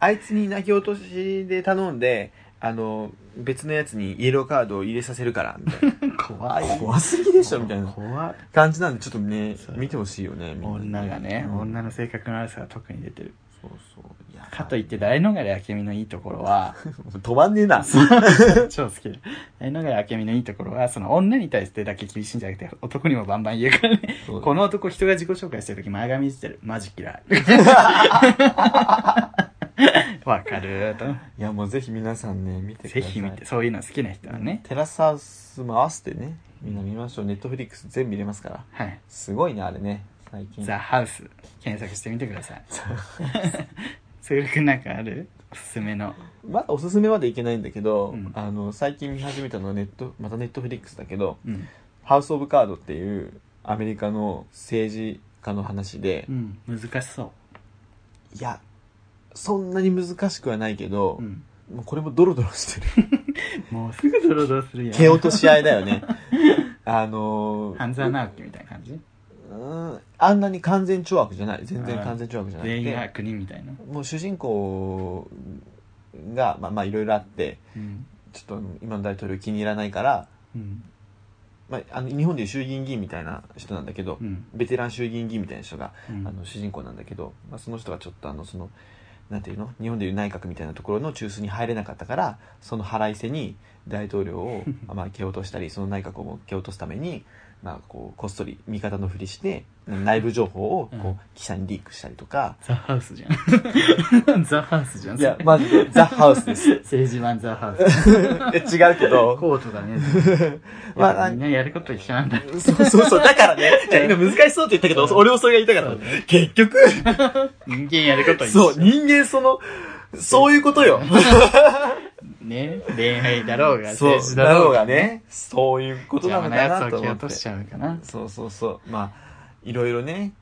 あいつに泣き落としで頼んで、あの、別のやつにイエローカードを入れさせるから、みたいな。
怖い。
怖すぎでしょ、みたいな
怖い。
感じなんで、ちょっとね
そ、う
見てほしいよね、みんな
女がね、
うん
女の性格の悪さが特に出てる。
そうそう。いや
かといって、大野がれ明美のいいとこ ろは、
止まんねえな。
超好きだ。大野がれ明美のいいところは、その女に対してだけ厳しいんじゃなくて、男にもバンバン言うからね。この男人が自己紹介してる時前髪してる。マジ嫌 い。わかると。
いや、もうぜひ皆さんね、見てくださ
ぜ
い。
ひ見て、そういうの好きな人はね。
テラスハウスも合わせてね、みんな見ましょう。ネットフリックス全部見れますから。
はい。
すごいね、あれね。最近。
ザ・ハウス検索してみてください。すぐくんなんかあるおすすめの。
まだおすすめまでいけないんだけど、
うん
あの、最近見始めたのはネット、またネットフリックスだけど、
うん。
ハウス・オブ・カードっていうアメリカの政治家の話で、
うん。難しそ
いや、そんなに難しくはないけど、
う。うん。
もうこれもドロドロしてる。
もうすぐドロドロするやん。
蹴落とし合いだよ ね。あのー
半沢直樹みたいな感じ
うーんあんなに完全懲悪じゃない全然
うん
完全懲悪じゃな
全員が
く
国みたいな。
てもう主人公がまあまあいろいろあって
うん。
ちょっと今の大統領気に入らないから、
うん。
まあ、あの日本でいう衆議院議員みたいな人なんだけど、
うん。
ベテラン衆議院議員みたいな人が、
うん
あの主人公なんだけど、まあ、その人がちょっとあのそのなんていうの日本でいう内閣みたいなところの中枢に入れなかったからその腹いせに大統領 をまあ蹴落としたりその内閣を蹴落とすために、まあ、こうこっそり味方のふりして内部情報を
う
こ
ん
う記者にリークしたりとか、
ザ・ハウスじゃ ん。ザ・ハウスじゃん。
いやマジでザ・ハウスです
政治版ザ・ハウス。
え違うけど、
コートだね。
まあ
みん、なやること一緒なんだ。
そうそうそうだからねいや今難しそうって言ったけど俺もそれが言いたかった、結局
人間やること一緒。
そう人間そのそういうことよ
ね。恋愛だろうが、
そう
政治だ
だ
ろ
ろ
う
う
が
が
ね。
ね、そういうことなのか
邪魔なや
な
つ
と
を蹴
思っ
落と
て。
しちゃうかな。
そうそうそう。まあ、いろいろね、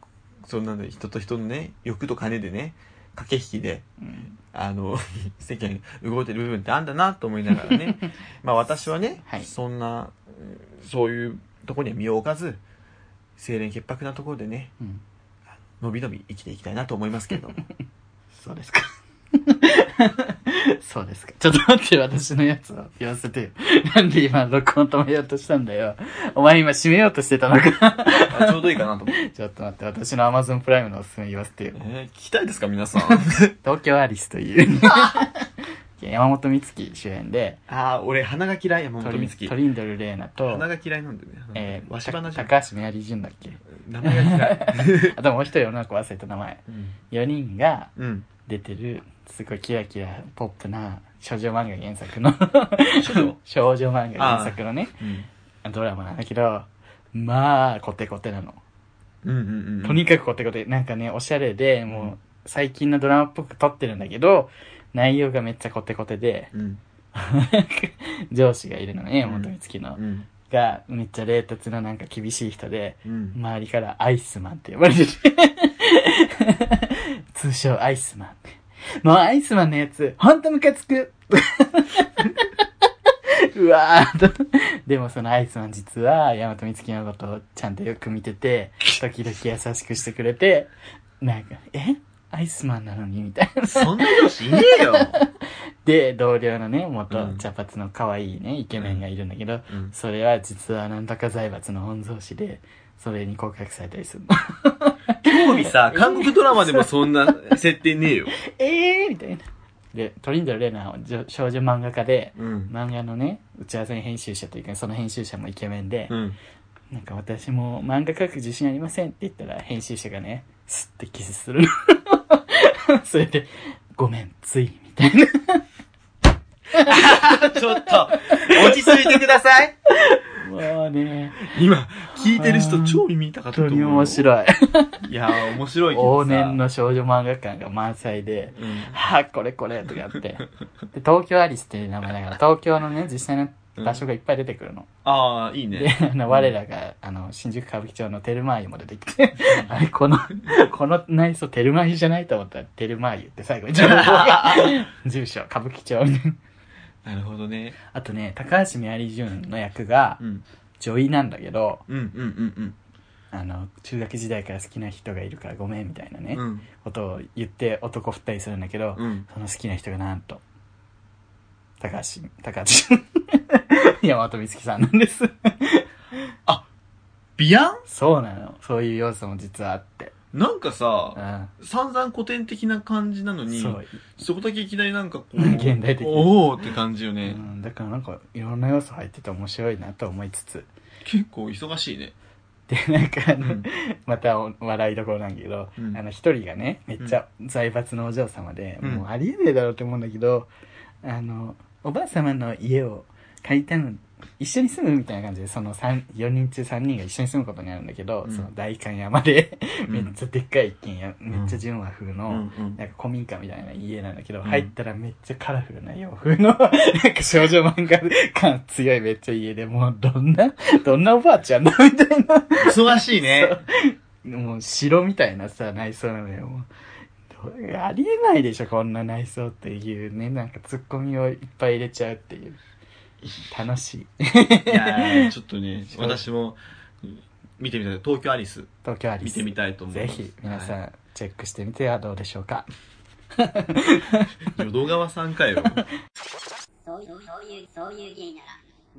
そんなの人と人のね欲と金でね駆け引きで
うん
あの 世間動いてる部分ってあんだなと思いながら ねまあ私はね、
はい
そんなうんそういうとこには身を置かず清廉潔白なところでね
うん
のびのび生きていきたいなと思いますけれども
そうですか そうですかちょっと待って私のやつを言わせてよなんで今録音止めようとしたんだよお前今閉めようとしてたのか
あちょうどいいかなと思って、
ちょっと待って私の Amazon プライムのおすすめ言わせてよ
えー聞きたいですか皆 さん
東京アリスという 山本美月主演で
ああ俺鼻が嫌い山
ト
本
リ
美
ン
月
トリンドル玲奈と
鼻、が嫌いなんだよね、
えー
わし花じゃん
た高橋メアリージュンだっけ
名前が嫌い、
あともう一人女の子忘れた名前
うん
4人が
うん、
出てるすごいキラキラポップな少女漫画原作の
少女
少女漫画原作のね
うん
ドラマなんだけどまあコテコテなの
うんうんうん
とにかくコテコテなんかねおしゃれで
う
も
ん
う最近のドラマっぽく撮ってるんだけど内容がめっちゃコテコテで
うん
上司がいるのね山本美月の
うん
がめっちゃ冷徹ななんか厳しい人で
うん
周りからアイスマンって呼ばれてる 通称アイスマンもうアイスマンのやつほんとムカつく うわーとでもそのアイスマン実は大和美月のことをちゃんとよく見てて時々優しくしてくれてなんか「えアイスマンなのに」みたいな
そんな上司いねえよ、
で同僚のね
う
元
ん
茶髪の可愛いねイケメンがいるんだけど、
うん、
それは実はなんとか財閥の御曹司で、それに告白されたりするの。
興味さ韓国ドラマでもそんな設定ねえよ、
ええー、みたいな。で、トリンドル・レナはじょ少女漫画家で、
うん
漫画のね、打ち合わせに編集者というか、その編集者もイケメンで、
うん、
なんか私も漫画描く自信ありませんって言ったら、編集者がね、スッてキスするの。 それで、ごめん、つい、みたいな。
ちょっと落ち着いてください
もうね、
今聞いてる人超耳痛かった
本
と
当
思う
に面白い。
いいやー面白いけど
往
さ
年の少女漫画感が満載で、
うん
はあ、これこれとかあって。で、東京アリスっていう名前だから、東京のね、実際の場所がいっぱい出てくるの。
ああいい
で
ね、
あの、我らが、あの、新宿歌舞伎町のテルマーユも出てきて、あれ、この、この内装テルマーユじゃないと思ったら、テルマーユって 最後に情報が住所、歌舞伎町みたいな。
なるほどね
あとね、高橋メアリージュンの役が
う、ん
女医なんだけど、
うんうん
あの、中学時代から好きな人がいるからごめんみたいな
う
ね
ん、うん
ことを言って男振ったりするんだけど、
うんうん
その好きな人がなんと、高橋、高橋、 山本美月さんなんです。
ビアン
そうなの。そういう要素も実はあって。
なんかさ
うん。
散々古典的な感じなのに
そう、
そこだけいきなりなんかこう
現代的
おおって感じよ
う
ね、
ん。だからなんか、いろんな要素入ってて面白いなと思いつつ。
結構忙しいね
で、なんかあの、
うん
またお笑いどころなんだけど、
うん
あの、一人がね、めっちゃ財閥のお嬢様で、
うん
もうありえねえだろうと思うんだけど、あの、おばあ様の家を借りたの、一緒に住むみたいな感じで、その三4人中3人が一緒に住むことになるんだけど、
うん
その代官山で、
うん
めっちゃでっかい一軒家、
ん
めっちゃ純和風の、
うんうん
なんか古民家みたいな家なんだけど、
ん
入ったらめっちゃカラフルな洋風の、なん か少女漫画感強いめっちゃ家で、もうどんな、 どんなおばあちゃんだみたいな。
忙しいね
もう城みたいなさ、内装なのよ。もうどうありえないでしょ、こんな内装っていうね、なんかツッコミをいっぱい入れちゃうっていう。楽しい。
いやーちょっとね
そう
私も見てみたい東京アリス
東京アリ
見
ス。
てみたいと思う
ぜひ、皆さ
は
ん、チェックしてみてはどうでしょうか。
い淀川さんかよ
そういう、そういう、そういう芸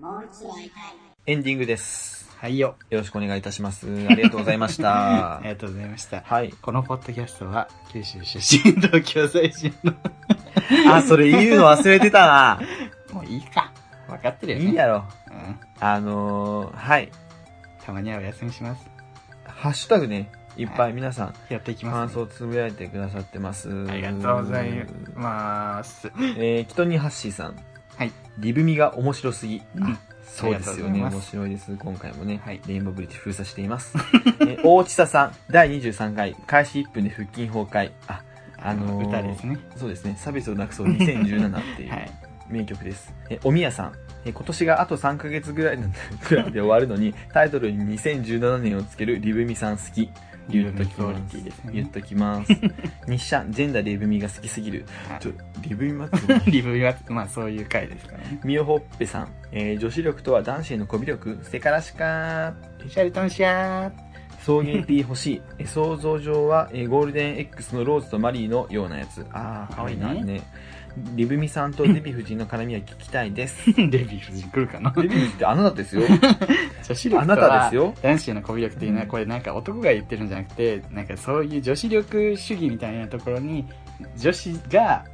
なら、もう一度会いたい。
エンディングです
はいよ。
よろしくお願いいたしますありがとうございまし
あ
た
りがとうございました。
はい
このポッドキャストは、九州出身、東京在住の、
あそれ言うの忘れてたな
もういいか。分かってるよね。
いいやろ
うん。
あのー、はい
たまにはお休みします。
ハッシュタグねいっぱい皆さん
やっていきま
感
すね、
想つぶやいてくださってます
ありがとうございます。
えー、キトニハッシーさん。
はい。
リブミが面白すぎ。
うん
そうですよ
あり
ね。
がと
面
うございます
白いです。今回もね。
はい
レインボーブリッジ封鎖しています。 えー大地佐さん。第23回。開始1分で腹筋崩壊。あ、あのー
歌ですね。
そうですね。差別をなくそう2017ってい
は
う
い。
名曲です。えーおみやさん。えー今年があと3ヶ月ぐらいなんだくらいで終わるのに、タイトルに2017年をつけるリブミさん好き。言っときま
クオリテ
す
ィです。ね
言っとき ます。日社、ジェンダーレブミが好きすぎる。ちょ、レブミ祭り
リブはまあそういう回ですからね
みよほっぺさん、えー女子力とは男子へのこび力、せからしか
シャルトンシャー
送迎 P 欲 しい。え想像上は、えーゴールデン X のローズとマリーのようなやつ。ああ、かわいいな
可愛い
ね。リブミさんとデヴィ夫人の絡みは聞きたい です。デ
デビー夫人来るかな
ヴィ夫人ってあなたです よ。
女子力
あ
と
なたです
は
よ
男子への媚び力っていうのはこれなんか男が言ってるんじゃなくてなんかそういう女子力主義みたいなところに女子が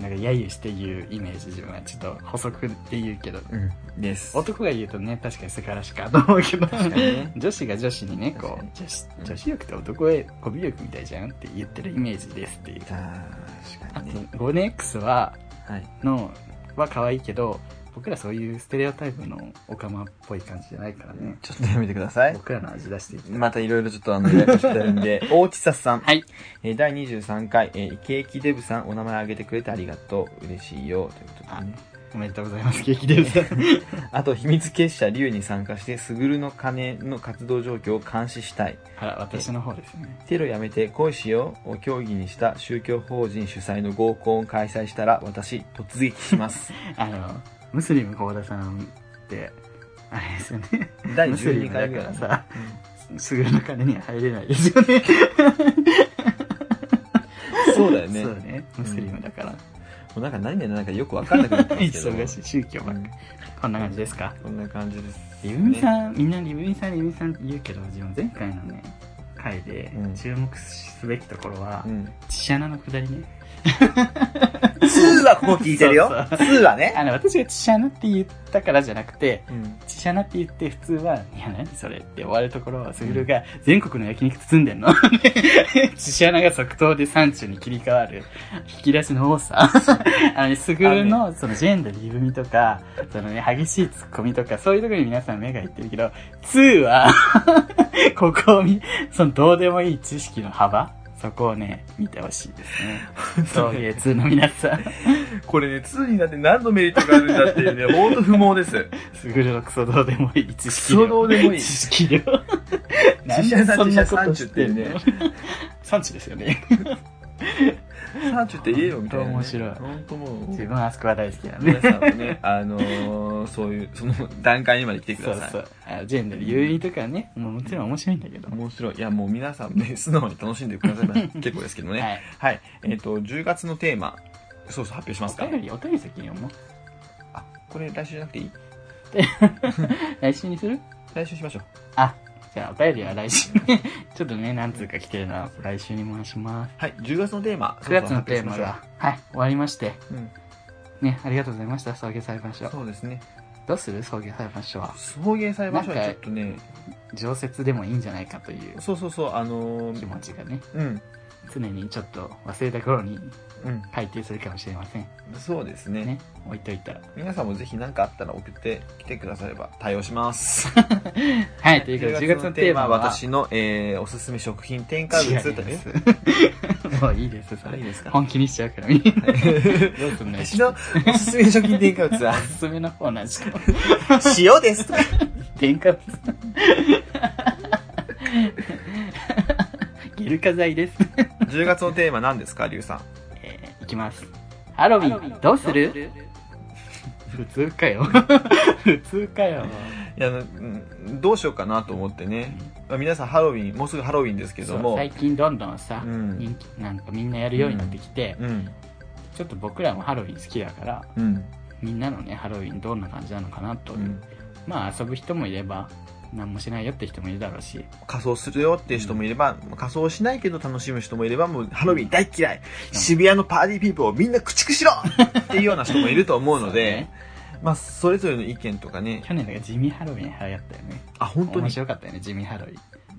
なんか揶揄して言うイメージ自分はちょっと補足って言うけど
うん、うん、です。
男が言うとね確かにせからしかと思うけど
確かにね
女子が女子にねこ
確か
う
に
女子
うん
女子力って男へ媚び力みたいじゃんって言ってるイメージですっていう
確か
あと
にね。
ゴールデン X は
はい。
のは可愛いけど僕らそういうステレオタイプのオカマっぽい感じじゃないからね
ちょっとやめてください。
僕らの味出していきたい
またいろいろちょっとあの、ややこしてるん で、大地ささん。
はい。
えー第23回、えーケーキデブさん、お名前挙げてくれてありがとう。嬉しいよ。ということでね。
おめでとうございます、ケー キデブさん。
あと、秘密結社、リュウに参加して、スグルの金の活動状況を監視したい。
あら、私の方ですね。
テロやめて恋しようを協議にした宗教法人主催の合コンを開催したら、私、突撃し ます。
あの、ムスリム小田さんって、あれですよね。
第
ムスリ
12
ム
回
だ
ぐ
からら
い。
さ、すぐの金には入れないですよね。
うんそうだよね。
そう
も
ね。ムスリムだから。
うなんか何年なんかよくわかんなくなってますけど。
忙しい、宗教ばっかり。こんな感じですか。
こんな感じです。
リブミさん、みんなリブミさん、リブミさんって言うけど、自分前回のね、回で
うん
注目すべきところは
う、ん。
チシャナのくだりね。
2はここ聞いてるよ。
そうそ
2はね。
あの、私がチシャナって言ったからじゃなくて、
うん。
ちしゃなって言って普通は、いや何それって終わるところは、すぐるが全国の焼肉包んでんの。 ちしゃなが即答で山中に切り替わる引き出しの多さ。あのね、すぐるのそのジェンダーリブみとか、そのね、激しいツッコミとか、そういうところに皆さん目がいってるけど、2は、 ここを見、そのどうでもいい知識の幅、そこをね、見てほしいですね。 そういう2の皆さん、
これね、2になって何のメリットがあるんだっていうね、ほんと不毛 です。
すぐるのクソどうでもいい知識
クソどうでもいい
知識量。
自社さん、自社産地っていうね、
産地ですよね。
産地って言えよみたいな、ね。
本当面白い
本当もう
自、分はあそこは大好きなんで。
皆さんも ね、あのー、そういう、その段階にまで来てく
そ
だ
う
さい。
そう。あジェンダー、優位とかね、もうもちろん面白いんだけど。
面白い。いや、もう皆さんね、 素直に楽しんでくださいませ。結構ですけどね。
は
はい。
い。
えっ、と、10月のテーマ、そうそう、発表しますか
お。便り、お便り先に読もう。
あ、これ来週じゃなくていい
来週にする
来週しましょう。
あ、じゃあお便りは来週 ね。ちょっとね、何通か来てるのは来週に回します。
はい、10月のテーマ、
9月のテーマ
そうそう発表しましょ
が、はい、終わりまして。
ううん、
ね、ありがとうございました、送迎裁判所。
そうですね。
どうする送迎裁判所は。
送迎裁判所はちょっとね、
常設でもいいんじゃないかという
そうそうそう、あの
気
ー、
持ちがね、
うん、
常にちょっと忘れた頃に
うん、
改定するかもしれません。
そうですね。
ね、置いとい たら。
皆さんもぜひ何かあったら送ってきてくだされば対応します。
はい、ということで、10月のテーマは、
私の、えー、おすすめ食品添加物と
違い
ね。
ます。 もういいです、そ
あいい
れ。
ですか
本気にしちゃうから、みんな。どうすんのよ
私のおすすめ食品添加物は
おすすめのコーナー、しかも、
塩ですとか。
添加物。 ゲル化剤です。
10月のテーマ何ですか、リュウさん。
えーいきます。ハロウィン、どうする普通か よ。普通かよ。
いや、うんどうしようかなと思ってね。まあ皆さんハロウィン、もうすぐハロウィンですけど
そう
も。
最近どんどんさ、
うん
人気なんかみんなやるようになってきて、
うん、
ちょっと僕らもハロウィン好きだから、
うん、
みんなのね、ハロウィンどんな感じなのかなと
う。
いうんまあ遊ぶ人もいれば何もしないよって人もいるだろうし
仮装するよっていう人もいれば、仮装しないけど楽しむ人もいれば、もうハロウィン大嫌い渋谷のパーティーピープルをみんな駆逐しろっていうような人もいると思うの で、まあ、それぞれの意見とかね、
去年だから地味ハロウィン流行ったよね
あ、本当
面
に。
白かったよね地味ハロウ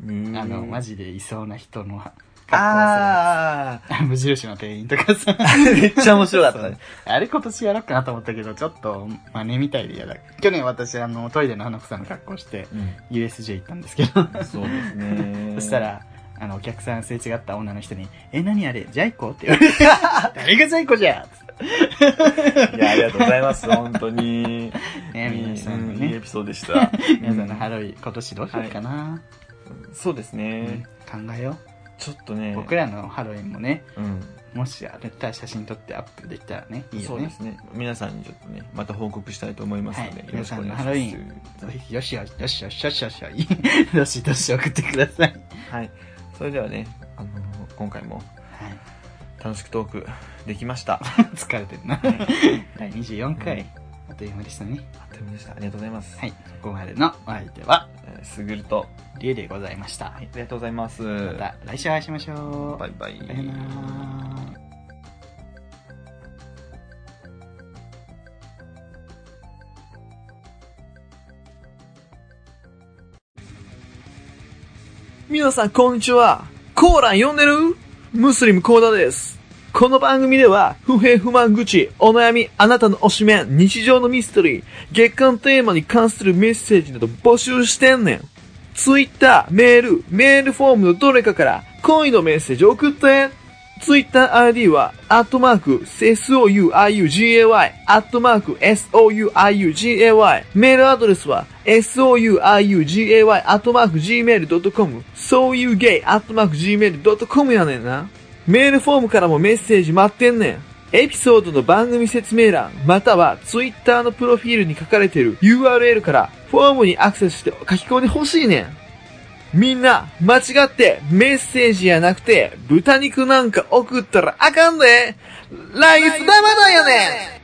ィンあ
あ
のマ
ジ
ジでいそうな人の格好
あ
をする 無印の店員とかさ
ー、めっちゃ面白かった
そう
ね。
あれ今年やろうかなと思ったけどちょっと真似みたいで嫌だ去年私あのトイレの花子さんの格好して USJ 行ったんですけど
そうですね。
そした、ら、あの、お客さんすれ違った女の人に、え、何あれジャイコって言われて、誰がジャイコじゃ
いや、ありがとうございます、本当に。
ね皆さん
いいうんいい
ね
エ、ピソードでした。
皆さんの
う
ハロウィン、今年どうしようかな、
ん
そうですね、
うん考えよ
ちょっとね
う僕らのハロウィンもね
うん
もしあれたら写真撮ってアップできたらねいい
そう
よ
で
ね
すね皆さんにちょっとねまた報告したいと思いますので、
はい
よろしくお願いします
皆さんのハロウィよしよしよしよしよしよしよし どしどし送ってください
はいそれではねあの今回も
はい
楽しくトークできましたあ
疲れてるな第24回あっという間でしたね
っという間でしたありがとうございます、
はいここまでのお相手は
えーすぐると、
リュウでございました、
はい、ありがとうございます
また来週お会いしましょう
バイバイ
さようなら
皆さんこんにちは。コーラン読んでるムスリムコーダです。この番組では、不平不満愚痴、お悩み、あなたの推しメン、日常のミステリー、月間テーマに関するメッセージなど募集してんねん。ツイッター、メール、メールフォームのどれかから恋のメッセージ送って。ツイッター ID は、アットマーク、souiugay、アットマーク、souiugay。メールアドレスは、souiugay、アットマーク、gmail.com、sougay、アットマーク、gmail.com やねんな。メールフォームからもメッセージ待ってんねん。エピソードの番組説明欄、またはツイッターのプロフィールに書かれている URL から、フォームにアクセスして書き込んでほしいねん。みんな、間違って、メッセージやなくて、豚肉なんか送ったらあかんで来月生だよね